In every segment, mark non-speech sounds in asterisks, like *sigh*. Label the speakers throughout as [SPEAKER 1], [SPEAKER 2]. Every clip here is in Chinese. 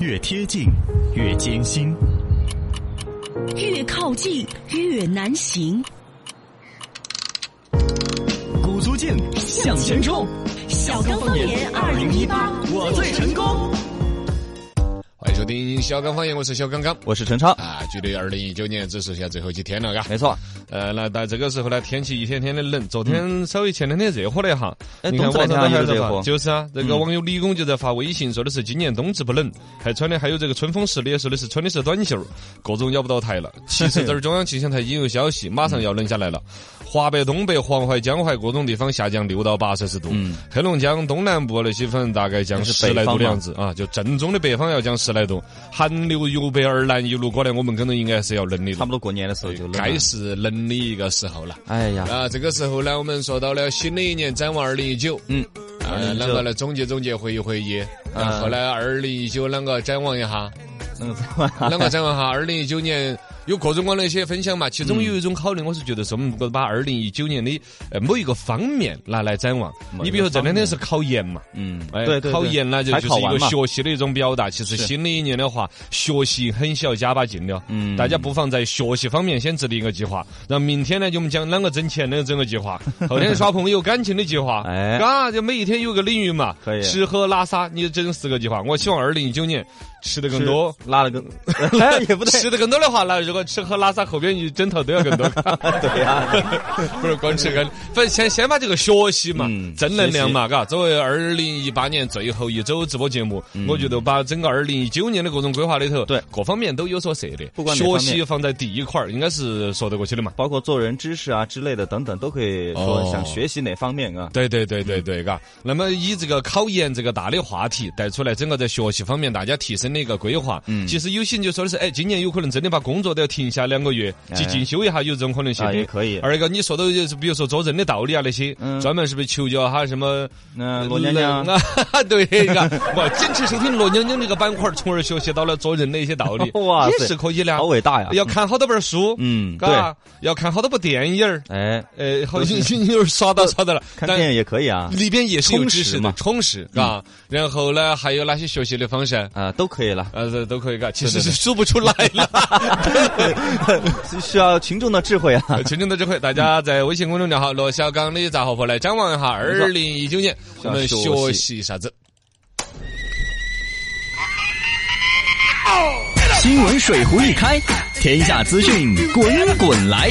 [SPEAKER 1] 越贴近越艰辛，
[SPEAKER 2] 越靠近越难行。
[SPEAKER 1] 鼓足劲向前冲，
[SPEAKER 2] 小刚方言二零一八，
[SPEAKER 1] 我最成功。
[SPEAKER 3] 欢迎收听小刚方言，我是小刚刚
[SPEAKER 4] 我是陈超，
[SPEAKER 3] 啊，距离二零一九年只剩下最后几天了，嘎。
[SPEAKER 4] 没错。嗯
[SPEAKER 3] 呃，那到这个时候呢，天气一天天的冷，昨天稍微前两天热乎了一下，
[SPEAKER 4] 哎
[SPEAKER 3] 你看
[SPEAKER 4] 冬
[SPEAKER 3] 网
[SPEAKER 4] 至
[SPEAKER 3] 上
[SPEAKER 4] 那天
[SPEAKER 3] 还
[SPEAKER 4] 还
[SPEAKER 3] 在
[SPEAKER 4] 热嗯
[SPEAKER 3] 发，
[SPEAKER 4] 乎
[SPEAKER 3] 就是啊，这个网友李工就在发微信说的是今年冬至不冷，还穿的还有这个春风十里，说的是穿的是短袖，各种咬不到台
[SPEAKER 4] *laughs*
[SPEAKER 3] 了。其实这儿中央气象台已经有消息，马上要冷下来了。华北、东北、黄淮、江淮各种地方下降六到八摄氏度，
[SPEAKER 4] 嗯
[SPEAKER 3] 黑龙江东南部那些反正大概降
[SPEAKER 4] 是
[SPEAKER 3] 十
[SPEAKER 4] 北
[SPEAKER 3] 来度
[SPEAKER 4] 方
[SPEAKER 3] 的
[SPEAKER 4] 嘛
[SPEAKER 3] 样子啊，就正宗的北方要降十来度，寒流由北而南一路过来，我们可能应该是要冷的了
[SPEAKER 4] 差不多过年的时候就冷了
[SPEAKER 3] 哎该是冷的一个时候了。
[SPEAKER 4] 哎呀，
[SPEAKER 3] *laughs* 啊，这个时候呢，我们说到了新的一年展望二零一九，
[SPEAKER 4] 嗯，
[SPEAKER 3] 啊，
[SPEAKER 4] 2019
[SPEAKER 3] 啷个来总结总结，回忆回忆，然后呢，
[SPEAKER 4] 啊
[SPEAKER 3] 二零一九啷个展望一
[SPEAKER 4] *laughs*
[SPEAKER 3] 下，
[SPEAKER 4] 那个怎么办
[SPEAKER 3] 啷个展望一下，二零一九年有各种各样的一些分享嘛，其中
[SPEAKER 4] 嗯
[SPEAKER 3] 有一种考虑，我是觉得是我们把二零一九年的呃某一个方面拿来展望，
[SPEAKER 4] 某一个
[SPEAKER 3] 你比如说这两天是考研嘛。
[SPEAKER 4] 嗯，
[SPEAKER 3] 哎，
[SPEAKER 4] 对对，
[SPEAKER 3] 考研呢就
[SPEAKER 4] 还
[SPEAKER 3] 就
[SPEAKER 4] 考
[SPEAKER 3] 是一
[SPEAKER 4] 完
[SPEAKER 3] 个
[SPEAKER 4] 嘛
[SPEAKER 3] 学习的一种表达。其实新的一年的话，学习很需要加把劲了。
[SPEAKER 4] 嗯
[SPEAKER 3] 大家不妨在学习方面先制定一个计划，然后明天呢就我们讲啷个挣钱的整个计
[SPEAKER 4] *laughs*
[SPEAKER 3] 划，后天耍朋友感情的计划，
[SPEAKER 4] 哎
[SPEAKER 3] 啊，就每一天有个领域嘛，
[SPEAKER 4] 可以
[SPEAKER 3] 吃喝拉撒，你整四个计划。我希望二零一九年吃的更多。*laughs*
[SPEAKER 4] 拉了个，哎 *laughs* 也不对，
[SPEAKER 3] 吃的更多的话，那如果吃喝拉撒后边你枕头都要更多。
[SPEAKER 4] *laughs* 对呀，
[SPEAKER 3] *laughs* 不是光吃个，反正先先把这个学习嘛
[SPEAKER 4] 嗯，
[SPEAKER 3] 正能量嘛，嘎。作为二零一八年最后一周直播节目，我觉得把整个二零一九年的各种规划里头，
[SPEAKER 4] 嗯对
[SPEAKER 3] 各方面都有所涉猎。
[SPEAKER 4] 不管哪
[SPEAKER 3] 学
[SPEAKER 4] 方面
[SPEAKER 3] 习放在第一块儿，应该是说得过去的嘛。
[SPEAKER 4] 包括做人知识啊之类的等等，都可以说
[SPEAKER 3] 哦
[SPEAKER 4] 想学习哪方面啊。
[SPEAKER 3] 对对对对对，嘎。那么以这个考研这个大的话题带出来，整个在学习方面大家提升的一个规划。
[SPEAKER 4] 嗯
[SPEAKER 3] 其实有些人就说的是，哎，今年有可能真的把工作都要停下两个月，去
[SPEAKER 4] 哎
[SPEAKER 3] 进修一下，有这种可能性
[SPEAKER 4] 啊，
[SPEAKER 3] 的
[SPEAKER 4] 也。可以。
[SPEAKER 3] 二一个，你说到就是比如说做人的道理啊那些，
[SPEAKER 4] 嗯
[SPEAKER 3] 专门是不是求教哈什么
[SPEAKER 4] 那罗娘娘，，
[SPEAKER 3] 啊， *laughs* 对呀，我坚持收听罗娘娘这个板块，从而学习到了做人的一些道理
[SPEAKER 4] *laughs* 哇塞
[SPEAKER 3] 哦也是可以的啊
[SPEAKER 4] 好。伟大呀！
[SPEAKER 3] 要看好多本书，
[SPEAKER 4] 嗯，对，
[SPEAKER 3] 嘎，要看好多部电影儿，
[SPEAKER 4] 哎，
[SPEAKER 3] 呃，好像有点刷
[SPEAKER 4] *laughs*
[SPEAKER 3] 到刷到了，
[SPEAKER 4] 看
[SPEAKER 3] 但
[SPEAKER 4] 电影也可以啊，
[SPEAKER 3] 里边也是有
[SPEAKER 4] 充
[SPEAKER 3] 知
[SPEAKER 4] 实
[SPEAKER 3] 识的
[SPEAKER 4] 嘛嗯
[SPEAKER 3] 充实，嘎。然后呢，还有哪些学习的方式？
[SPEAKER 4] 啊，都可以了。 *laughs*
[SPEAKER 3] 呃，这都可以嘎，其实是说不出来了。
[SPEAKER 4] 需要群众的智慧啊。
[SPEAKER 3] 群众的智慧，大家在微信公众号“罗小刚的杂货铺”来展望一下二零一九年，我们学习啥子？
[SPEAKER 1] 新闻水壶一开，天下资讯滚滚来。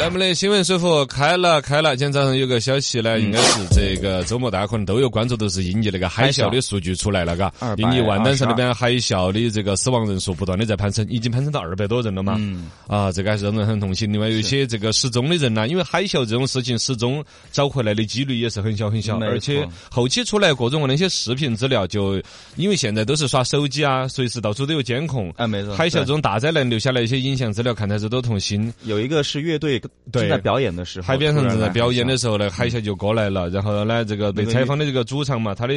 [SPEAKER 3] 来，我们的新闻水壶开了开了，今天早上有个消息
[SPEAKER 4] 嗯
[SPEAKER 3] 呢，应该是这个周末大家可能都有关注，都是印尼那个海啸的数据出来了，嘎
[SPEAKER 4] 海啸，
[SPEAKER 3] 印尼万丹山那边海啸的这个死亡人数不断的在攀升，已经攀升到二百多人了嘛，
[SPEAKER 4] 嗯
[SPEAKER 3] 啊，这个还是让人很痛心。另外有一些这个失踪的人呢，因为海啸这种事情，失踪找回来的几率也是很小很小，
[SPEAKER 4] 没错
[SPEAKER 3] 而且后期出来各种各样的一些视频资料，就因为现在都是刷手机啊，随时到处都有监控，
[SPEAKER 4] 哎，没错，
[SPEAKER 3] 海啸这
[SPEAKER 4] 对
[SPEAKER 3] 种大灾难留下来一些影像资料，看的是都痛心。
[SPEAKER 4] 有一个是乐队
[SPEAKER 3] 对
[SPEAKER 4] 正在表演的时候，
[SPEAKER 3] 海边上
[SPEAKER 4] 突然
[SPEAKER 3] 正在
[SPEAKER 4] 来
[SPEAKER 3] 表演
[SPEAKER 4] 啊海啸嗯
[SPEAKER 3] 的时候呢，海啸就过来了，然后呢，这个被采访的这个主唱嘛，他的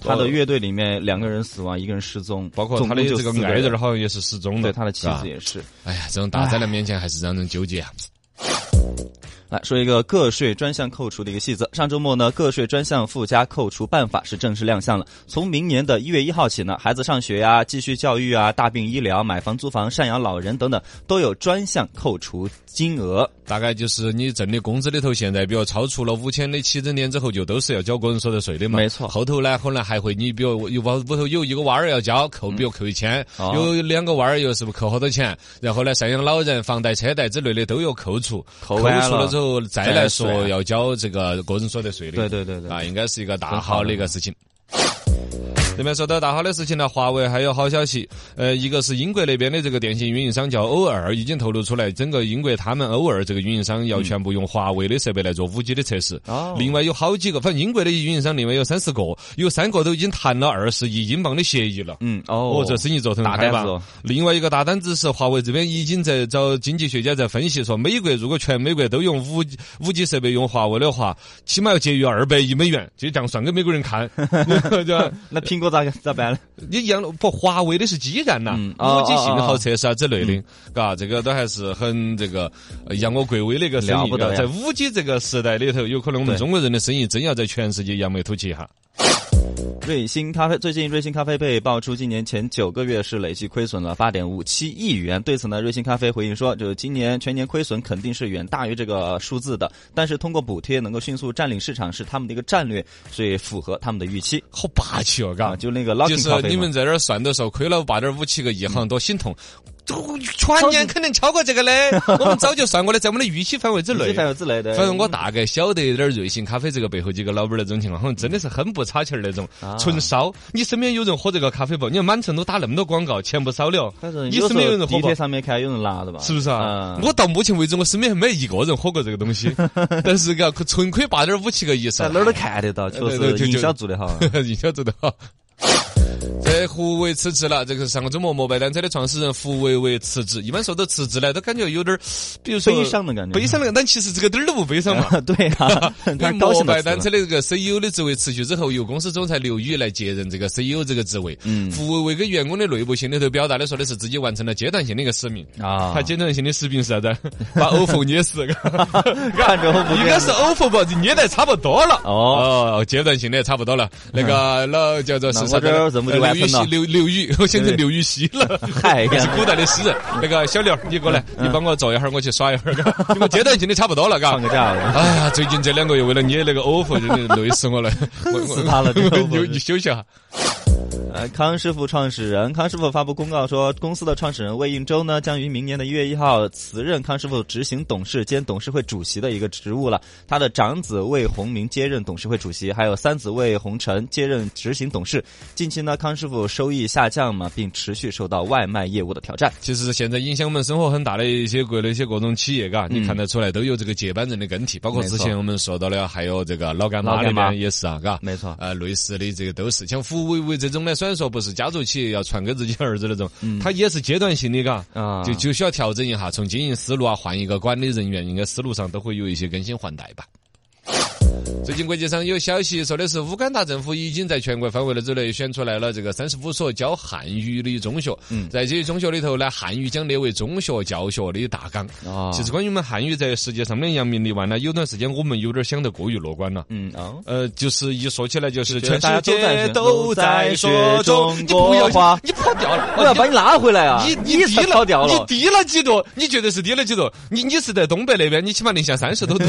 [SPEAKER 4] 他的
[SPEAKER 3] 呃
[SPEAKER 4] 乐队里面两个人死亡，一个人失踪，
[SPEAKER 3] 包括
[SPEAKER 4] 总
[SPEAKER 3] 他
[SPEAKER 4] 共
[SPEAKER 3] 的
[SPEAKER 4] 就
[SPEAKER 3] 这个
[SPEAKER 4] 四
[SPEAKER 3] 爱人
[SPEAKER 4] 人，
[SPEAKER 3] 好像也是失踪了，
[SPEAKER 4] 对他的妻
[SPEAKER 3] 是吧
[SPEAKER 4] 子。也是。
[SPEAKER 3] 哎呀，这种大灾难面前还是让人纠结啊。
[SPEAKER 4] 来说一个个税专项扣除的一个细则。上周末呢，个税专项附加扣除办法是正式亮相了。从明年的一月一号起呢，孩子上学呀、继续教育啊、大病医疗、买房租房、赡养老人等等，都有专项扣除金额。
[SPEAKER 3] 大概就是你挣的工资里头，现在比如超出了五千的起征点之后，就都是要交个人所得税的嘛。
[SPEAKER 4] 没错
[SPEAKER 3] 后头呢，可能还会你比如有娃屋头有一个娃儿要交，扣比如扣一千，
[SPEAKER 4] 哦
[SPEAKER 3] 有两个娃儿又是不是扣好多钱？然后呢，赡养老人、房贷、车贷之类的都有扣除，
[SPEAKER 4] 扣
[SPEAKER 3] 除
[SPEAKER 4] 完了
[SPEAKER 3] 了之后再来
[SPEAKER 4] 再来
[SPEAKER 3] 说
[SPEAKER 4] 税啊
[SPEAKER 3] 要交这个个人所得税的。
[SPEAKER 4] 对对对对
[SPEAKER 3] 啊，应该是一个大好的一个事情。这边说到大好的事情呢，华为还有好消息。呃，一个是英国那边的这个电信运营商叫欧尔，已经透露出来，整个英国他们欧尔这个运营商要全部用华为的设备来做五 G 的测试。
[SPEAKER 4] 哦
[SPEAKER 3] 另外有好几个，反正英国的运营商另外有三四个，有三个都已经谈了二十亿英镑的协议了。
[SPEAKER 4] 嗯，哦
[SPEAKER 3] 哦，，这生意做成
[SPEAKER 4] 大
[SPEAKER 3] 开
[SPEAKER 4] 单
[SPEAKER 3] 吧
[SPEAKER 4] 子哦。
[SPEAKER 3] 另外一个大单子是华为这边已经在找经济学家在分析说，美国如果全美国都用五五 G 设备用华为的话，起码要节约二百亿美元，就这样算给美国人看， *laughs* 对吧？
[SPEAKER 4] 那苹果咋咋办呢？
[SPEAKER 3] 你一样的不，华为的是基站呐，
[SPEAKER 4] 嗯
[SPEAKER 3] 五 G
[SPEAKER 4] 哦哦
[SPEAKER 3] 信号测试啊之类
[SPEAKER 4] 嗯
[SPEAKER 3] 的，嘎，这个都还是很这个呃扬我国威的一个生
[SPEAKER 4] 了
[SPEAKER 3] 意。
[SPEAKER 4] 不得
[SPEAKER 3] 嘎
[SPEAKER 4] 呀
[SPEAKER 3] 在五 G 这个时代里头，有可能我们
[SPEAKER 4] 对
[SPEAKER 3] 中国人的生意真要在全世界扬眉吐气哈。
[SPEAKER 4] 瑞幸咖啡最近，瑞幸咖啡被爆出今年前九个月是累计亏损了八点五七亿元。对此呢，瑞幸咖啡回应说，就是今年全年亏损肯定是远大于这个数字的，但是通过补贴能够迅速占领市场是他们的一个战略，所以符合他们的预期
[SPEAKER 3] 好霸气哦，嘎
[SPEAKER 4] 啊。！就那个
[SPEAKER 3] 就
[SPEAKER 4] Luckin 咖
[SPEAKER 3] 是
[SPEAKER 4] 啡
[SPEAKER 3] 你
[SPEAKER 4] 嘛
[SPEAKER 3] 们在这儿算的时候，亏了八点五七个亿，好像多心痛。都全年肯定超过这个
[SPEAKER 4] *laughs*
[SPEAKER 3] 嘞，我们早就算过了，在我们的预期范围之内
[SPEAKER 4] 这。范围之内的，
[SPEAKER 3] 反正我大概晓得一点儿瑞幸咖啡这个背后几个老板儿那种情况，好像真的是很不差钱儿那种，
[SPEAKER 4] 啊
[SPEAKER 3] 纯烧。你身边有人喝这个咖啡不？你看满城都打那么多广告，钱不少了。
[SPEAKER 4] 但是
[SPEAKER 3] 你身边有人喝
[SPEAKER 4] 地
[SPEAKER 3] 不
[SPEAKER 4] 铁？上面看有人拿的吧？
[SPEAKER 3] 是不是啊？
[SPEAKER 4] 嗯
[SPEAKER 3] 我到目前为止，我身边还没一个人喝过这个东
[SPEAKER 4] *laughs*
[SPEAKER 3] 西，但是嘎，纯亏八点五七个亿
[SPEAKER 4] 在 *laughs*
[SPEAKER 3] 噻。
[SPEAKER 4] 哪儿都看得到，确
[SPEAKER 3] 对对
[SPEAKER 4] 实
[SPEAKER 3] 就就
[SPEAKER 4] 营销做得好
[SPEAKER 3] *laughs*
[SPEAKER 4] 啊。
[SPEAKER 3] 营销做得好。在胡伟辞职了，这个是上个周末摩拜单车的创始人胡伟伟辞职。一般说到辞职呢，都感觉有点儿，比如说
[SPEAKER 4] 悲伤的感觉
[SPEAKER 3] 悲伤的感觉，但其实这个点儿都不悲伤嘛。
[SPEAKER 4] 对啊，
[SPEAKER 3] 因为
[SPEAKER 4] 他高
[SPEAKER 3] 摩
[SPEAKER 4] 兴的
[SPEAKER 3] 拜
[SPEAKER 4] 死
[SPEAKER 3] 单车
[SPEAKER 4] 了。
[SPEAKER 3] 的这个 CEO 的职位辞去之后，由公司总裁刘宇来接任这个 CEO 这个职位。
[SPEAKER 4] 嗯
[SPEAKER 3] 胡伟伟跟员工的内部信里头表达的说的是自己完成了阶段性的一个使命。
[SPEAKER 4] 啊
[SPEAKER 3] 他阶段性的使命是啥子？ *laughs* 把 OFO 捏
[SPEAKER 4] *laughs*
[SPEAKER 3] 死。
[SPEAKER 4] 看着我不
[SPEAKER 3] 应该是 OFO 吧，捏得差不多了。
[SPEAKER 4] 哦
[SPEAKER 3] 哦，阶段性的也差不多了。那
[SPEAKER 4] *laughs*
[SPEAKER 3] 个老叫做是
[SPEAKER 4] 那
[SPEAKER 3] 啥
[SPEAKER 4] 我
[SPEAKER 3] 子
[SPEAKER 4] 这儿怎么就
[SPEAKER 3] 呃
[SPEAKER 4] 完
[SPEAKER 3] 刘禹
[SPEAKER 4] 成
[SPEAKER 3] 锡
[SPEAKER 4] 了，
[SPEAKER 3] 刘刘禹， *laughs* 我想成
[SPEAKER 4] 对
[SPEAKER 3] 刘禹锡了。
[SPEAKER 4] *laughs*
[SPEAKER 3] *laughs*
[SPEAKER 4] 嗨嗯
[SPEAKER 3] 是古代的诗人。那个小刘儿，你过来，你帮我坐一会儿，我去耍一会儿。
[SPEAKER 4] *laughs*
[SPEAKER 3] 因为阶段性的差不多了，嘎
[SPEAKER 4] 放。个假了。
[SPEAKER 3] 哎呀，最近这两个月为了捏那个 OFO，真的累死
[SPEAKER 4] *laughs*
[SPEAKER 3] 我了，恨
[SPEAKER 4] 死他了这个 OFO
[SPEAKER 3] 你你休息下。
[SPEAKER 4] 呃，康师傅创始人康师傅发布公告说，公司的创始人魏应周呢，将于明年的一月一号辞任康师傅执行董事兼董事会主席的一个职务了。他的长子魏鸿明接任董事会主席，还有三子魏鸿成接任执行董事。近期呢，康师傅收益下降嘛，并持续受到外卖业务的挑战。
[SPEAKER 3] 其实现在影响我们生活很大的一些国内一些各种企业，嘎，你看得出来都有这个接班人的更替，包括
[SPEAKER 4] 嗯没
[SPEAKER 3] 之
[SPEAKER 4] 错
[SPEAKER 3] 前我们说到的，还有这个老干
[SPEAKER 4] 老
[SPEAKER 3] 妈
[SPEAKER 4] 干
[SPEAKER 3] 那
[SPEAKER 4] 妈
[SPEAKER 3] 边也是啊，嘎，
[SPEAKER 4] 没错
[SPEAKER 3] 呃，类似的这个都是，像胡伟伟这种呢，虽然说不是家族企业要传给自己儿子那种，他也是阶段性的，嘎，
[SPEAKER 4] 嗯啊
[SPEAKER 3] 就就需要调整一下，从经营思路啊，换一个管理人员，应该思路上都会有一些更新换代吧。最近国际上有消息说的是，乌干达政府已经在全国范围内之内选出来了这个三十五所教汉语的中学。
[SPEAKER 4] 嗯
[SPEAKER 3] 在这些中学里头呢，汉语将列为中学教学的大纲。
[SPEAKER 4] 哦
[SPEAKER 3] 其实关于我们汉语在世界上面扬名立万呢，有段时间我们有点想得过于乐观了。
[SPEAKER 4] 嗯哦。
[SPEAKER 3] 呃，就是一说起来就是
[SPEAKER 4] 就觉
[SPEAKER 3] 全
[SPEAKER 4] 得
[SPEAKER 3] 世界都
[SPEAKER 4] 都
[SPEAKER 3] 在
[SPEAKER 4] 在
[SPEAKER 3] 说
[SPEAKER 4] 学
[SPEAKER 3] 中
[SPEAKER 4] 中
[SPEAKER 3] 国
[SPEAKER 4] 国
[SPEAKER 3] 话
[SPEAKER 4] 话，
[SPEAKER 3] 你不要你跑掉了，
[SPEAKER 4] 我要 *laughs* 把你拉回来啊！
[SPEAKER 3] 哎你
[SPEAKER 4] 你
[SPEAKER 3] 你低
[SPEAKER 4] 跑
[SPEAKER 3] 了，
[SPEAKER 4] 掉
[SPEAKER 3] 你
[SPEAKER 4] 了，
[SPEAKER 3] 低了几度？你绝对是低了几度？你你是在东北那边，你起码零下三十
[SPEAKER 4] *laughs*
[SPEAKER 3] 多度。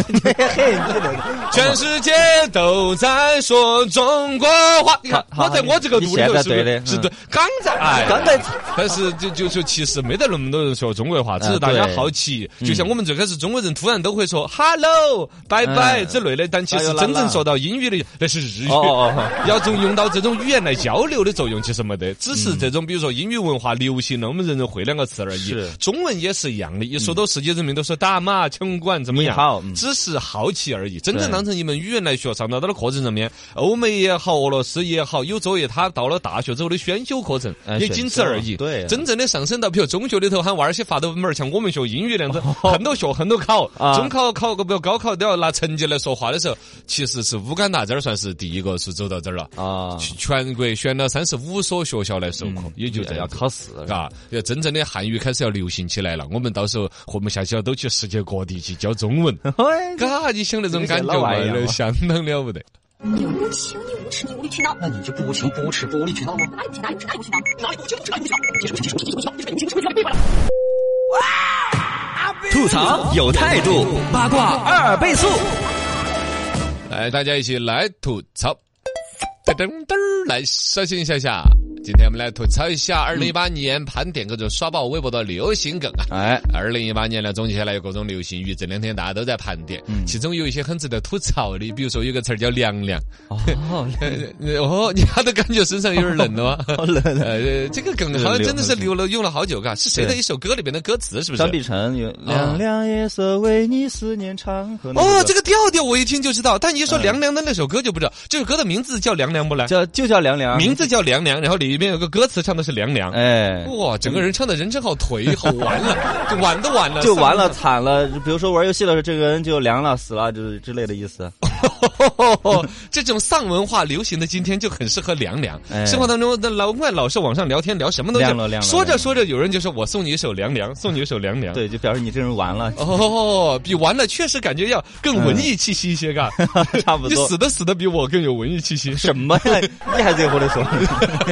[SPEAKER 3] *laughs* 全世界都在说中国话，你看
[SPEAKER 4] 好
[SPEAKER 3] 我
[SPEAKER 4] 好
[SPEAKER 3] 在我这个
[SPEAKER 4] 你
[SPEAKER 3] 度里头
[SPEAKER 4] 现在
[SPEAKER 3] 是不是
[SPEAKER 4] 对的
[SPEAKER 3] 是
[SPEAKER 4] 嗯
[SPEAKER 3] 对，刚在哎，
[SPEAKER 4] 刚才
[SPEAKER 3] 但是就就就其实没得那么多人说中国话，只是
[SPEAKER 4] 啊
[SPEAKER 3] 大家
[SPEAKER 4] 对嗯
[SPEAKER 3] 好奇。就像我们最开始中国人突然都会说 “hello”、“bye bye”
[SPEAKER 4] 嗯
[SPEAKER 3] 之类的，但其实
[SPEAKER 4] 哎呦啦啦
[SPEAKER 3] 真正说到英语的那是日语
[SPEAKER 4] 哦。哦哦，
[SPEAKER 3] *laughs* 要从用到这种语言来交流的作用其实没得，只
[SPEAKER 4] 嗯
[SPEAKER 3] 是这种比如说英语文化流行了，我们人人会两个词而已
[SPEAKER 4] 是。
[SPEAKER 3] 中文也是一样的，一说到世界人民都说打骂、枪管怎么样
[SPEAKER 4] 你好，嗯
[SPEAKER 3] 只是好奇而已。真正
[SPEAKER 4] 对
[SPEAKER 3] 当成一门语言来学，上到他的课程上面，欧美也好，俄罗斯也好，有作业他到了大学之后的选修课程
[SPEAKER 4] 哎
[SPEAKER 3] 也仅此
[SPEAKER 4] 选修
[SPEAKER 3] 而已。
[SPEAKER 4] 对
[SPEAKER 3] 真正的上升到比如中学里头喊娃儿些发抖门儿，像我们学英语那样子，很多学很多考，
[SPEAKER 4] 哦啊
[SPEAKER 3] 中考考个不要高考都要拿成绩来说话的时候，其实是乌干达这儿算是第一个是走到这儿了。
[SPEAKER 4] 啊，嗯
[SPEAKER 3] 全国选了三十五所学校来授课，也就
[SPEAKER 4] *laughs*
[SPEAKER 3] 这样
[SPEAKER 4] 要
[SPEAKER 3] 子。
[SPEAKER 4] 考试，
[SPEAKER 3] 嘎，要真正的汉语开始要流行起来了，我们到时候活不下去了，都去世界各地去教中
[SPEAKER 4] *laughs*
[SPEAKER 3] 文。
[SPEAKER 4] 哎
[SPEAKER 3] 嘎，你想那种感觉
[SPEAKER 4] 老
[SPEAKER 3] 嘛，
[SPEAKER 4] 外一样
[SPEAKER 3] 那
[SPEAKER 4] 嘛
[SPEAKER 3] 相当了不得。
[SPEAKER 2] 你无情，你无耻，你无理取闹！
[SPEAKER 5] 那你就不无情、不无耻、不无理取闹吗？
[SPEAKER 2] 哪里无耻，哪里无耻，哪里无耻呢？
[SPEAKER 5] 哪里不无情、不无耻、哪里无耻？你什么情？什么情？什么情？你什么情？什么情？你背过来！
[SPEAKER 1] 吐槽有态度，八卦二倍速。
[SPEAKER 3] 来，大家一起来吐槽，噔噔噔儿，来刷新一下下。今天我们来吐槽一下二零一八年，盘点各种刷爆微博的流行梗啊。
[SPEAKER 4] *laughs* 哎，
[SPEAKER 3] 二零一八年呢，总结下来有各种流行语，这两天大家都在盘点，
[SPEAKER 4] 嗯
[SPEAKER 3] 其中有一些很值得吐槽的，比如说有个词儿叫“凉凉”， *laughs*
[SPEAKER 4] 哦，
[SPEAKER 3] 呃呃哦，你他都感觉身上有点冷了吗？
[SPEAKER 4] *laughs* 好冷啊。
[SPEAKER 3] 呃，这个梗好像真的是留了用了好久，嘎，是谁的
[SPEAKER 4] 对
[SPEAKER 3] 一首歌里面的歌词？是不是
[SPEAKER 4] 张？碧晨有
[SPEAKER 3] 啊
[SPEAKER 4] “凉凉夜色为你思念长河”，
[SPEAKER 3] 哦，这
[SPEAKER 4] 个
[SPEAKER 3] 个调调我一听就知道，但一
[SPEAKER 4] 嗯
[SPEAKER 3] 说凉凉的那首歌就不知道，这首歌的名字叫“凉凉不来”，
[SPEAKER 4] 叫就叫凉凉，
[SPEAKER 3] 啊名字叫“凉凉”，然后里面有个歌词唱的是“凉凉”。
[SPEAKER 4] 哎，
[SPEAKER 3] 哇，整个人唱的人真好颓，好完
[SPEAKER 4] *laughs*
[SPEAKER 3] 了，就完都完了，
[SPEAKER 4] 就完
[SPEAKER 3] 上哦
[SPEAKER 4] 了，惨了。比如说玩游戏的时候，这个人就凉了、死了，就是之类的意思。
[SPEAKER 3] 这种丧文化流行的今天就很适合凉凉。
[SPEAKER 4] 哎
[SPEAKER 3] 生活当中，那老外老是网上聊天聊什么都
[SPEAKER 4] 凉了凉
[SPEAKER 3] 是，
[SPEAKER 4] 了
[SPEAKER 3] 说
[SPEAKER 4] 凉
[SPEAKER 3] 着
[SPEAKER 4] 了
[SPEAKER 3] 说着，有人就说我送你一首凉凉，送你一首凉凉。
[SPEAKER 4] 对，就表示你这人完了， *laughs*
[SPEAKER 3] 哦，比完了确实感觉要更文艺气息一些，嘎。
[SPEAKER 4] *laughs* 差不
[SPEAKER 3] 你
[SPEAKER 4] 多。
[SPEAKER 3] 死的死的比我更有文艺气息。
[SPEAKER 4] 什么呀？你还惹我的说？
[SPEAKER 3] *laughs*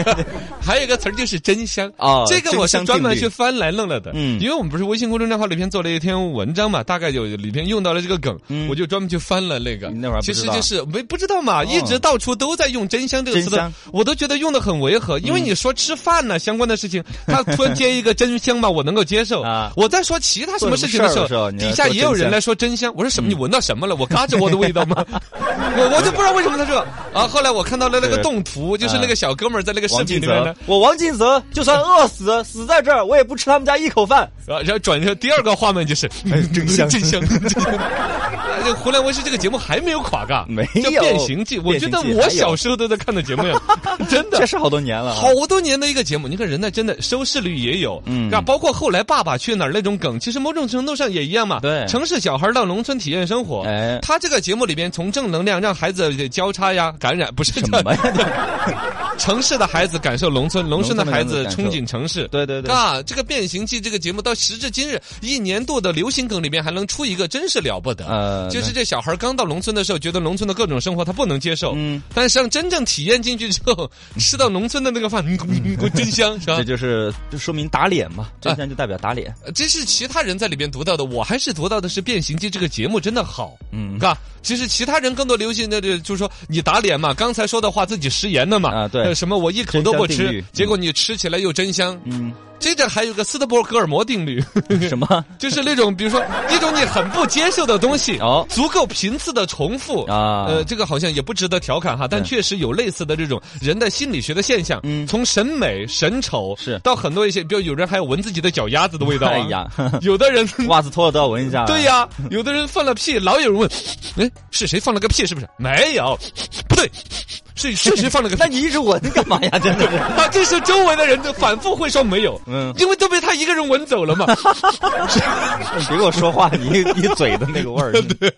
[SPEAKER 3] 还有一个词儿就是真香
[SPEAKER 4] 哦
[SPEAKER 3] 这个我是专门
[SPEAKER 4] 真香定律
[SPEAKER 3] 去翻来弄了的，
[SPEAKER 4] 嗯
[SPEAKER 3] 因为我们不是微信公众号里边做了一篇文章嘛，大概有里边用到了这个梗，
[SPEAKER 4] 嗯
[SPEAKER 3] 我就专门去翻了那个。
[SPEAKER 4] 你那会儿还
[SPEAKER 3] 其
[SPEAKER 4] 不
[SPEAKER 3] 实
[SPEAKER 4] 知道哦
[SPEAKER 3] 就是没不知道嘛，一直到处都在用“真香”这个词
[SPEAKER 4] 真
[SPEAKER 3] 的
[SPEAKER 4] 香，嗯
[SPEAKER 3] 我都觉得用的很违和，因为你说吃饭呢、相关的事情，他突然接一个真香嘛，我能够接受
[SPEAKER 4] 啊。
[SPEAKER 3] 我在说其他什么事情的时
[SPEAKER 4] 做什么事儿
[SPEAKER 3] 候，
[SPEAKER 4] 的时候
[SPEAKER 3] 底下也有人来说真香，我说什么？你闻到什么了？我嘎着我的味道
[SPEAKER 4] *laughs*
[SPEAKER 3] 吗？我我就不知道为什么他说啊。后来我看到了那个
[SPEAKER 4] 对啊
[SPEAKER 3] 动图，就是那个小哥们儿在那个视
[SPEAKER 4] 王
[SPEAKER 3] 频
[SPEAKER 4] 进
[SPEAKER 3] 里面呢
[SPEAKER 4] 泽。，我王进泽就算饿死，死在这儿我也不吃他们家一口饭。
[SPEAKER 3] 啊，然后转成第二个画面就是，哎，真香，真香，真香。 *laughs* 哎这湖南卫视这个节目还没有垮嘎，
[SPEAKER 4] 没
[SPEAKER 3] 叫
[SPEAKER 4] 有
[SPEAKER 3] 变形记，我觉得
[SPEAKER 4] 变形记
[SPEAKER 3] 我
[SPEAKER 4] 还有
[SPEAKER 3] 小时候都在看的节目
[SPEAKER 4] *laughs*
[SPEAKER 3] 呀，真的
[SPEAKER 4] 这。是好多年了啊，
[SPEAKER 3] 好多年的一个节目，你看人呢，真的收视率也有，
[SPEAKER 4] 嗯
[SPEAKER 3] 啊，包括后来《爸爸去哪儿》那种梗，其实某种程度上也一样嘛。
[SPEAKER 4] 对
[SPEAKER 3] 城市小孩到农村体验生活，
[SPEAKER 4] 哎
[SPEAKER 3] 他这个节目里边从正能量让孩子交叉呀、感染，不是
[SPEAKER 4] 什么呀？ *laughs*
[SPEAKER 3] 城市的孩子感受农村，农村的孩子憧憬城市。
[SPEAKER 4] 对对对
[SPEAKER 3] 啊，这个《变形记》这个节目到时至今日，一年度的流行梗里面还能出一个，真是了不得。
[SPEAKER 4] 呃
[SPEAKER 3] 就是这小孩刚到农村的时候，觉得农村的各种生活他不能接受。
[SPEAKER 4] 嗯
[SPEAKER 3] 但是让真正体验进去之后，吃到农村的那个饭，嗯嗯嗯真香，是吧
[SPEAKER 4] 这？就是就说明打脸
[SPEAKER 3] 啊
[SPEAKER 4] 嘛，真相就代表打脸。
[SPEAKER 3] 呃这是其他人在里边读到的，我还是读到的是《变形记》这个节目真的好，
[SPEAKER 4] 嗯
[SPEAKER 3] 嘎。其实其他人更多流行的这就是说你打脸嘛，刚才说的话自己食言了嘛，
[SPEAKER 4] 啊对
[SPEAKER 3] 呃什么我一口都不
[SPEAKER 4] 真香定
[SPEAKER 3] 吃
[SPEAKER 4] 律，
[SPEAKER 3] 结果你吃起来又真香。
[SPEAKER 4] 嗯，
[SPEAKER 3] 这这还有个斯德伯格尔摩定律，*laughs*
[SPEAKER 4] 什么？
[SPEAKER 3] 就是那种比如说一种你很不接受的东西，
[SPEAKER 4] 哦
[SPEAKER 3] 足够频次的重复
[SPEAKER 4] 啊
[SPEAKER 3] 呃，这个好像也不值得调侃哈，但
[SPEAKER 4] 对
[SPEAKER 3] 确实有类似的这种人的心理学的现象，
[SPEAKER 4] 嗯
[SPEAKER 3] 从审美、审丑
[SPEAKER 4] 是
[SPEAKER 3] 到很多一些，比如有人还有闻自己的脚丫子的味道、啊，
[SPEAKER 4] 哎呀，
[SPEAKER 3] *laughs* 有的
[SPEAKER 4] *laughs*
[SPEAKER 3] 人。
[SPEAKER 4] 袜子脱了都要闻一下。啊
[SPEAKER 3] 对，呀，有的人放了屁，老有人问，哎，是谁放了个屁？是不是？没有， *laughs* 不对，是是谁放了个屁
[SPEAKER 4] *laughs* 那？你一直闻干嘛呀？真的是。
[SPEAKER 3] 啊，这时候周围的人就反复会说没有，
[SPEAKER 4] 嗯
[SPEAKER 3] 因为都被他一个人闻走了嘛。
[SPEAKER 4] 你 *laughs* 别跟我说话，你你嘴的那个味儿。
[SPEAKER 3] *laughs*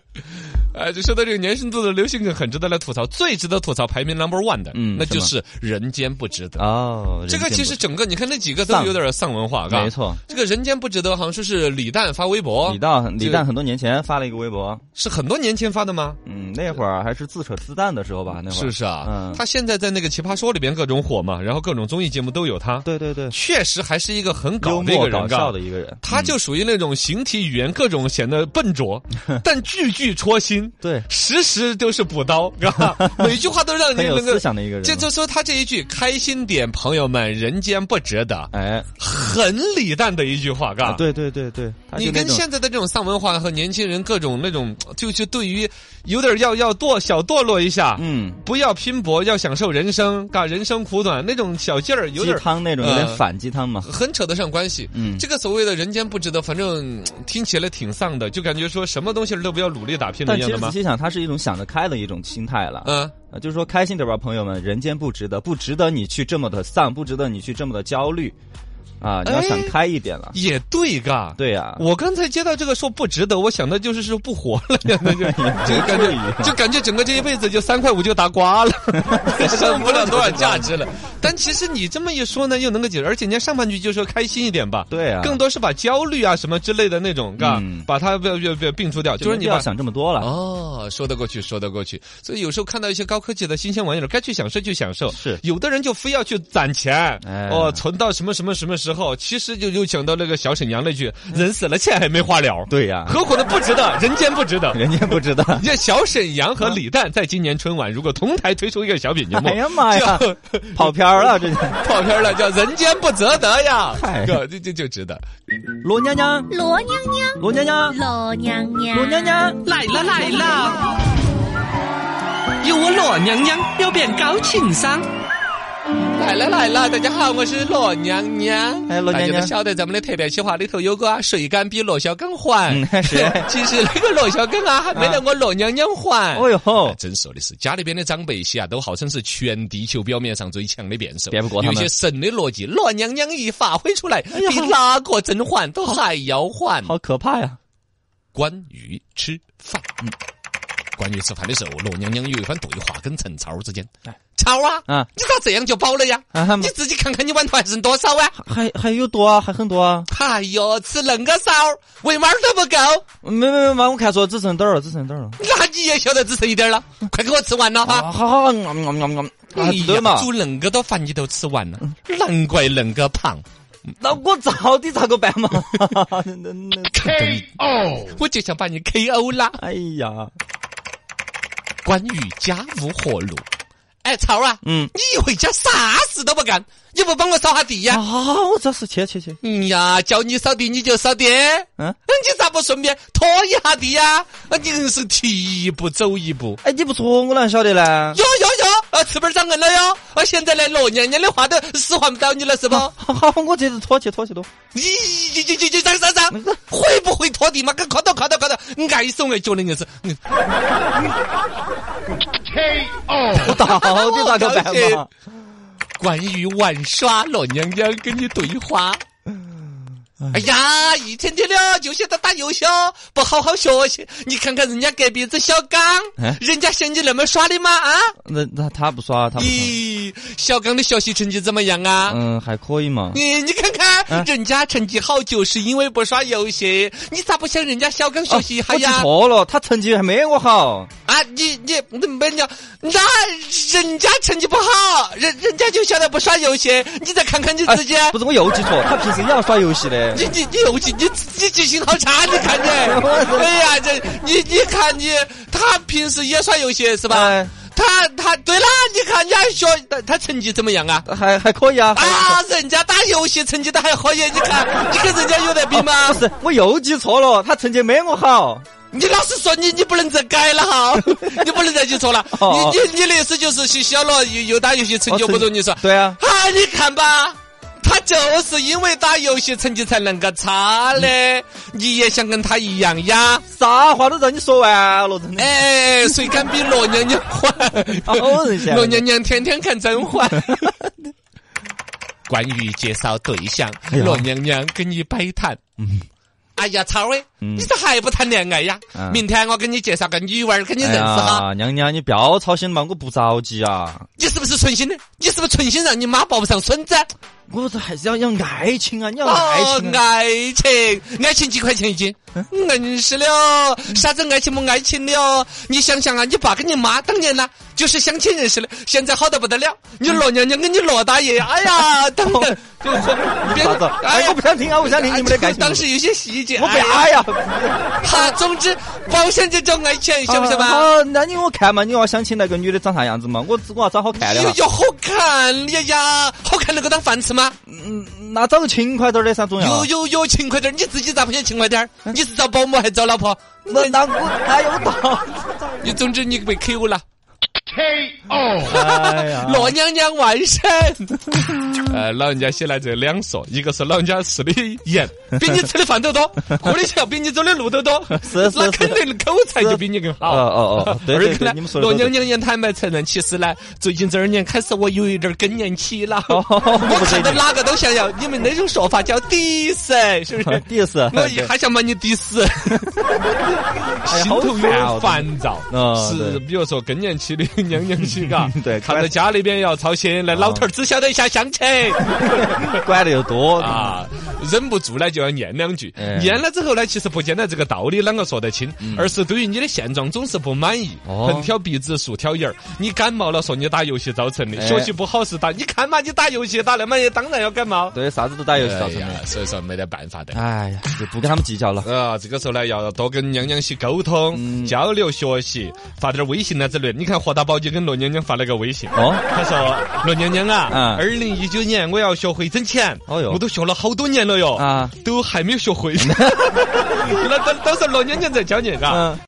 [SPEAKER 3] 哎，就说到这个年深度的流行梗，很值得来吐槽。最值得吐槽排名 number one 的，
[SPEAKER 4] 嗯
[SPEAKER 3] 那就
[SPEAKER 4] 什
[SPEAKER 3] 是人间不值得。
[SPEAKER 4] 哦，
[SPEAKER 3] 这个其实整个你看那几个都
[SPEAKER 4] 丧
[SPEAKER 3] 有点丧文化，嘎
[SPEAKER 4] 没。错。
[SPEAKER 3] 这个人间不值得，好像说是李诞发微博，
[SPEAKER 4] 李诞，
[SPEAKER 3] 这
[SPEAKER 4] 李诞很多年前发了一个微博，
[SPEAKER 3] 是很多年前发的吗？
[SPEAKER 4] 嗯，那会儿还是自扯自淡的时候吧，那会儿
[SPEAKER 3] 是不是啊？
[SPEAKER 4] 嗯
[SPEAKER 3] 他现在在那个《奇葩说》里边各种火嘛，然后各种综艺节目都有他，
[SPEAKER 4] 对对对，
[SPEAKER 3] 确实还是一个很
[SPEAKER 4] 幽
[SPEAKER 3] 搞的一
[SPEAKER 4] 默
[SPEAKER 3] 个
[SPEAKER 4] 搞
[SPEAKER 3] 人，
[SPEAKER 4] 笑
[SPEAKER 3] 嘎
[SPEAKER 4] 的。一嗯个人，
[SPEAKER 3] 他就属于那种形体语言各种显得笨
[SPEAKER 4] *laughs*
[SPEAKER 3] 拙，但句句戳心，
[SPEAKER 4] 对
[SPEAKER 3] 时时都是补刀，是
[SPEAKER 4] *laughs*
[SPEAKER 3] 吧？每句话都让你
[SPEAKER 4] 很有
[SPEAKER 3] 能够
[SPEAKER 4] 思想的一个人
[SPEAKER 3] 这就说他这一句“开心点，朋友们，人间不值得
[SPEAKER 4] 哎，”，
[SPEAKER 3] 很李诞的一句话，嘎。
[SPEAKER 4] 啊对对对对，他
[SPEAKER 3] 你
[SPEAKER 4] 就那
[SPEAKER 3] 跟
[SPEAKER 4] 种
[SPEAKER 3] 现在的这种丧文化和年轻人各种那种，就就对于有点要要堕小堕落一下，
[SPEAKER 4] 嗯
[SPEAKER 3] 不要拼搏，要享受人生，嘎，人生苦短那种小劲儿，有
[SPEAKER 4] 鸡
[SPEAKER 3] 点儿
[SPEAKER 4] 汤那种有
[SPEAKER 3] 呃
[SPEAKER 4] 点反鸡汤嘛，
[SPEAKER 3] 很扯得上关系。
[SPEAKER 4] 嗯
[SPEAKER 3] 这个所谓的人间不值得，反正嗯听起来挺丧的，就感觉说什么东西都不要努力打拼的
[SPEAKER 4] 但
[SPEAKER 3] 一
[SPEAKER 4] 其
[SPEAKER 3] 样的
[SPEAKER 4] 实仔
[SPEAKER 3] 吗？
[SPEAKER 4] 细想，他是一种想得开的一种心态了。
[SPEAKER 3] 嗯，
[SPEAKER 4] 呃就是说开心点吧，朋友们，人间不值得，不值得你去这么的丧，不值得你去这么的焦虑，啊，你要
[SPEAKER 3] 哎
[SPEAKER 4] 想开一点了。
[SPEAKER 3] 也对嘎。
[SPEAKER 4] 对呀、
[SPEAKER 3] 我刚才接到这个说不值得，我想的就是说不活了 *laughs* 呀，
[SPEAKER 4] *laughs*
[SPEAKER 3] 那就就感觉
[SPEAKER 4] 至于
[SPEAKER 3] 就感觉整个这一辈子就三块五就打
[SPEAKER 4] *laughs*
[SPEAKER 3] 刮了，上不了多少价值了。但其实你这么一说呢，又能够解释，而且人家上半句就说开心一点吧，
[SPEAKER 4] 对啊
[SPEAKER 3] 更多是把焦虑啊什么之类的那种，嘎
[SPEAKER 4] 嗯，
[SPEAKER 3] 把它不要不要不要摒除掉，
[SPEAKER 4] 就
[SPEAKER 3] 就是
[SPEAKER 4] 没
[SPEAKER 3] 你
[SPEAKER 4] 必要
[SPEAKER 3] 把
[SPEAKER 4] 想这么多了。
[SPEAKER 3] 哦，说得过去，说得过去。所以有时候看到一些高科技的新鲜玩意儿，该去享受去享受。
[SPEAKER 4] 是
[SPEAKER 3] 有的人就非要去攒钱，
[SPEAKER 4] 哎
[SPEAKER 3] 哦，存到什么什么什么时候？其实就又想到那个小沈阳那句：“人死了，钱还没花了。”
[SPEAKER 4] 嗯对呀
[SPEAKER 3] 何苦呢？不值
[SPEAKER 4] *laughs*
[SPEAKER 3] 得，人间不值得。
[SPEAKER 4] 人家不值得。
[SPEAKER 3] 你看小沈阳和李诞在今年春晚如果同台推出一个小品节目，
[SPEAKER 4] 嗯哎呀妈
[SPEAKER 3] *laughs*
[SPEAKER 4] 呀
[SPEAKER 3] 叫，
[SPEAKER 4] 跑偏儿了，这是
[SPEAKER 3] 跑偏了，叫“人间不值得”呀，
[SPEAKER 4] 嗨
[SPEAKER 3] 哥，这这就值得。
[SPEAKER 4] 罗娘娘，
[SPEAKER 2] 罗娘娘，
[SPEAKER 4] 罗娘娘，
[SPEAKER 2] 罗娘娘，
[SPEAKER 4] 罗娘娘，
[SPEAKER 6] 来了来了，有我罗娘娘表演高情商，
[SPEAKER 3] 来了来了，大家好，我是罗娘娘。
[SPEAKER 4] 哎罗娘娘
[SPEAKER 3] 大家都晓得咱们的特别企划里头有个啊，谁敢比罗小刚还
[SPEAKER 4] 嗯？ *laughs* 是
[SPEAKER 3] 其实那个罗小刚啊，还没得我罗娘娘
[SPEAKER 4] *laughs*
[SPEAKER 3] 还。
[SPEAKER 4] 哦呦吼，
[SPEAKER 3] 真说的是，家里边的长辈些啊，都号称是全地球表面上最强的辩手，
[SPEAKER 4] 辩不过他
[SPEAKER 3] 有
[SPEAKER 4] 们哎
[SPEAKER 3] 些神的逻辑，罗娘娘一发挥出来，比哪个甄嬛都还要还。
[SPEAKER 4] 好可怕呀！
[SPEAKER 3] 关于吃饭，关于吃饭的时候，罗娘娘有一番对话跟陈超之间
[SPEAKER 4] 哎。
[SPEAKER 3] 超啊，
[SPEAKER 4] 啊
[SPEAKER 3] 你咋这样就饱了呀？
[SPEAKER 4] 啊还
[SPEAKER 3] 你自己看看你碗头还剩多少啊？
[SPEAKER 4] 还还有多啊，还很多啊。
[SPEAKER 3] 哎呦，吃恁个少，喂猫都不够， *laughs*
[SPEAKER 4] 没没没，我看错，只剩点儿了，只剩点儿了。
[SPEAKER 3] 那你也晓得只剩一点儿了，快给我吃完了哈！
[SPEAKER 4] 啊，好好，嗯嗯嗯嗯嗯，啊，
[SPEAKER 3] 哎呀
[SPEAKER 4] 对嘛？
[SPEAKER 3] 煮恁个多饭你都吃完了，难怪恁个胖。
[SPEAKER 4] 那我到底咋个办嘛？那那，
[SPEAKER 3] 我就想把你 KO 啦！
[SPEAKER 4] 哎呀，
[SPEAKER 3] 关于家务活路，哎，超啊，
[SPEAKER 4] 嗯
[SPEAKER 3] 你回家啥事都不干，你不帮我扫下地呀？
[SPEAKER 4] 啊，我这是切切切，
[SPEAKER 3] 嗯呀，叫你扫地你就扫地，嗯，
[SPEAKER 4] 嗯，
[SPEAKER 3] 你咋不顺便拖一下地呀？啊，你硬是提一步走一步。
[SPEAKER 4] 哎，你不说我哪晓得呢？
[SPEAKER 3] 哟哟哟，啊，翅膀长硬了哟！啊，现在连罗娘娘的话都使唤不到你了，是不？
[SPEAKER 4] 好好，我这是拖切拖切拖。
[SPEAKER 3] 咦咦咦咦咦，长长长，会不会拖地嘛？快快到快到快到，爱手爱脚的硬是。嗯
[SPEAKER 4] 我到底咋个办嘛？
[SPEAKER 3] 关于玩耍，老娘娘跟你对话。哎呀，一天天了就晓得打游戏，哦，不好好学习。你看看人家隔壁子小刚
[SPEAKER 4] 哎，
[SPEAKER 3] 人家像你那么耍的吗？啊？
[SPEAKER 4] 那那他不耍，他不耍，
[SPEAKER 3] 咦，小刚的学习成绩怎么样啊？
[SPEAKER 4] 嗯，还可以嘛。
[SPEAKER 3] 你你看看，
[SPEAKER 4] 啊
[SPEAKER 3] 人家成绩好就是因为不耍游戏，你咋不向人家小刚学习一
[SPEAKER 4] 啊
[SPEAKER 3] 下
[SPEAKER 4] 我记
[SPEAKER 3] 哎呀？
[SPEAKER 4] 错了，他成绩还没我好。
[SPEAKER 3] 啊，你你你没你，那人家成绩不好，人人家就晓得不耍游戏，你再看看你
[SPEAKER 4] 哎
[SPEAKER 3] 自己。
[SPEAKER 4] 不是我又记错，他平时也要耍游戏的。
[SPEAKER 3] 你你你有记你你记性好差，你看你，
[SPEAKER 4] *laughs*
[SPEAKER 3] 哎呀，这你你看你，他平时也耍游戏是吧？
[SPEAKER 4] 哎
[SPEAKER 3] 他他对了，你看人家学他他成绩怎么样啊？
[SPEAKER 4] 还还可以啊。还
[SPEAKER 3] 啊，人家打游戏成绩都还可以，你看你跟人家有得比吗？
[SPEAKER 4] 不是，我又记错了，他成绩没我好。
[SPEAKER 3] 你老是说你你不能再改了
[SPEAKER 4] *laughs*
[SPEAKER 3] 哈，你不能再去错了。
[SPEAKER 4] 哦
[SPEAKER 3] 你你你的意思就是学小了又又打游戏成绩
[SPEAKER 4] 哦
[SPEAKER 3] 不如
[SPEAKER 4] 成
[SPEAKER 3] 你说？
[SPEAKER 4] 对啊，
[SPEAKER 3] 啊，你看吧，他就是因为打游戏成绩才那个差
[SPEAKER 4] 嗯
[SPEAKER 3] 的，你也想跟他一样呀？
[SPEAKER 4] 啥话都让你说完了，真的。啊
[SPEAKER 3] 哎，谁敢比罗娘娘
[SPEAKER 4] *laughs* 好
[SPEAKER 3] 欢？
[SPEAKER 4] 人家
[SPEAKER 3] 罗娘娘天天看甄嬛。 *laughs* 关于介绍对象，
[SPEAKER 4] 呀
[SPEAKER 3] 罗娘娘跟你摆谈。哎呀，超儿，你咋还不谈恋爱呀？
[SPEAKER 4] 嗯
[SPEAKER 3] 明天我给你介绍个女娃儿给你认识哈。
[SPEAKER 4] 啊，娘娘，你不要操心嘛，我不着急啊，
[SPEAKER 3] 你是不是存心的？你是不是存心让你妈抱不上孙子？
[SPEAKER 4] 我这还是要要爱情啊，你要爱
[SPEAKER 3] 哦，
[SPEAKER 4] 情啊。
[SPEAKER 3] 爱情，爱情几块钱一斤？硬是的哦，啥子爱情没爱情的哦？你想想啊，你爸跟你妈当年呢，就是相亲认识的，现在好的不得了。你罗娘娘跟你罗大爷，哎呀，当
[SPEAKER 4] *laughs*
[SPEAKER 3] 然就是别
[SPEAKER 4] 啥子？哎，我不想听啊，我不想听你们的感情
[SPEAKER 3] 当
[SPEAKER 4] 故事。
[SPEAKER 3] 时有些细节，
[SPEAKER 4] 我不要哎呀， *laughs*
[SPEAKER 3] 哈，总之保险这叫爱情，晓不晓嘛？
[SPEAKER 4] 啊好，那你给我看嘛，你要想起那个女的长啥样子嘛，我我要找好看的
[SPEAKER 3] 哎
[SPEAKER 4] 嘛。
[SPEAKER 3] 呦，好看的呀，好看能够当饭吃吗？
[SPEAKER 4] 嗯，那找个勤快点的噻，重要
[SPEAKER 3] 有
[SPEAKER 4] 啊。
[SPEAKER 3] 有有，勤快点儿，你自己咋不想勤快点儿？你是找保姆还是找老婆？
[SPEAKER 4] 那那我哎呦，我到底。
[SPEAKER 3] 你总之你被 KO 了，
[SPEAKER 4] 哎呀
[SPEAKER 3] 罗娘娘完胜。哦 *laughs* 呃，老人家写来这两说，一个是老人家吃的盐 *laughs* 比你吃的饭都 *laughs* 多，喝的酒比你走的路都多，
[SPEAKER 4] 是是
[SPEAKER 3] 那肯定口才就比你更
[SPEAKER 4] *laughs* 哦
[SPEAKER 3] 好。
[SPEAKER 4] 哦哦，对
[SPEAKER 3] 二
[SPEAKER 4] 对
[SPEAKER 3] 个
[SPEAKER 4] 对，
[SPEAKER 3] 呢
[SPEAKER 4] 你们，说的
[SPEAKER 3] 罗
[SPEAKER 4] 都对
[SPEAKER 3] 娘。娘也坦白承认，其实呢，最近这二年开始我有一点儿更年期了。
[SPEAKER 4] *laughs* 哦
[SPEAKER 3] 我
[SPEAKER 4] 不
[SPEAKER 3] 看到
[SPEAKER 4] 对
[SPEAKER 3] 哪个都想要，你们那种说法叫 diss，是不
[SPEAKER 4] *laughs*
[SPEAKER 3] 是
[SPEAKER 4] diss，
[SPEAKER 3] 我一下想把你 diss，心
[SPEAKER 4] 哎
[SPEAKER 3] 头有点烦躁
[SPEAKER 4] 哦。
[SPEAKER 3] 是
[SPEAKER 4] 啊对，，
[SPEAKER 3] 比如说更年期的娘娘期，嘎
[SPEAKER 4] *laughs* 对嗯
[SPEAKER 3] 看到家里边要操心，那老头儿只晓得一下乡情
[SPEAKER 4] 管的又多
[SPEAKER 3] 啊，忍不住呢就要念两句
[SPEAKER 4] 哎，嗯
[SPEAKER 3] 念了之后呢，其实不见得这个道理啷个说得清，而是对于你的现状总是不满意，
[SPEAKER 4] 哦
[SPEAKER 3] 横挑鼻子竖挑眼儿。你感冒了说你打游戏造成的，
[SPEAKER 4] 哎
[SPEAKER 3] 学习不好是打，你看嘛，你打游戏打那么也当然要感冒。
[SPEAKER 4] 对，啥子都打游戏造成
[SPEAKER 3] 哎呀
[SPEAKER 4] 的。
[SPEAKER 3] 所以说没得办法的。
[SPEAKER 4] 哎呀，就不跟他们计较了。
[SPEAKER 3] 啊，这个时候呢，要多跟娘娘些沟通、
[SPEAKER 4] 嗯
[SPEAKER 3] 交流、学习，发点微信啊之类的。你看霍大宝就跟罗娘娘发了个微信，
[SPEAKER 4] 哦
[SPEAKER 3] 他说：“罗娘娘啊，二
[SPEAKER 4] 嗯
[SPEAKER 3] 零一九年我要学会挣钱，
[SPEAKER 4] 哦哟
[SPEAKER 3] 我都学了好多年了哟，
[SPEAKER 4] 啊 *laughs*
[SPEAKER 3] 都还没有学会。那到到时候罗娘娘再教你，嘎。啊
[SPEAKER 4] 嗯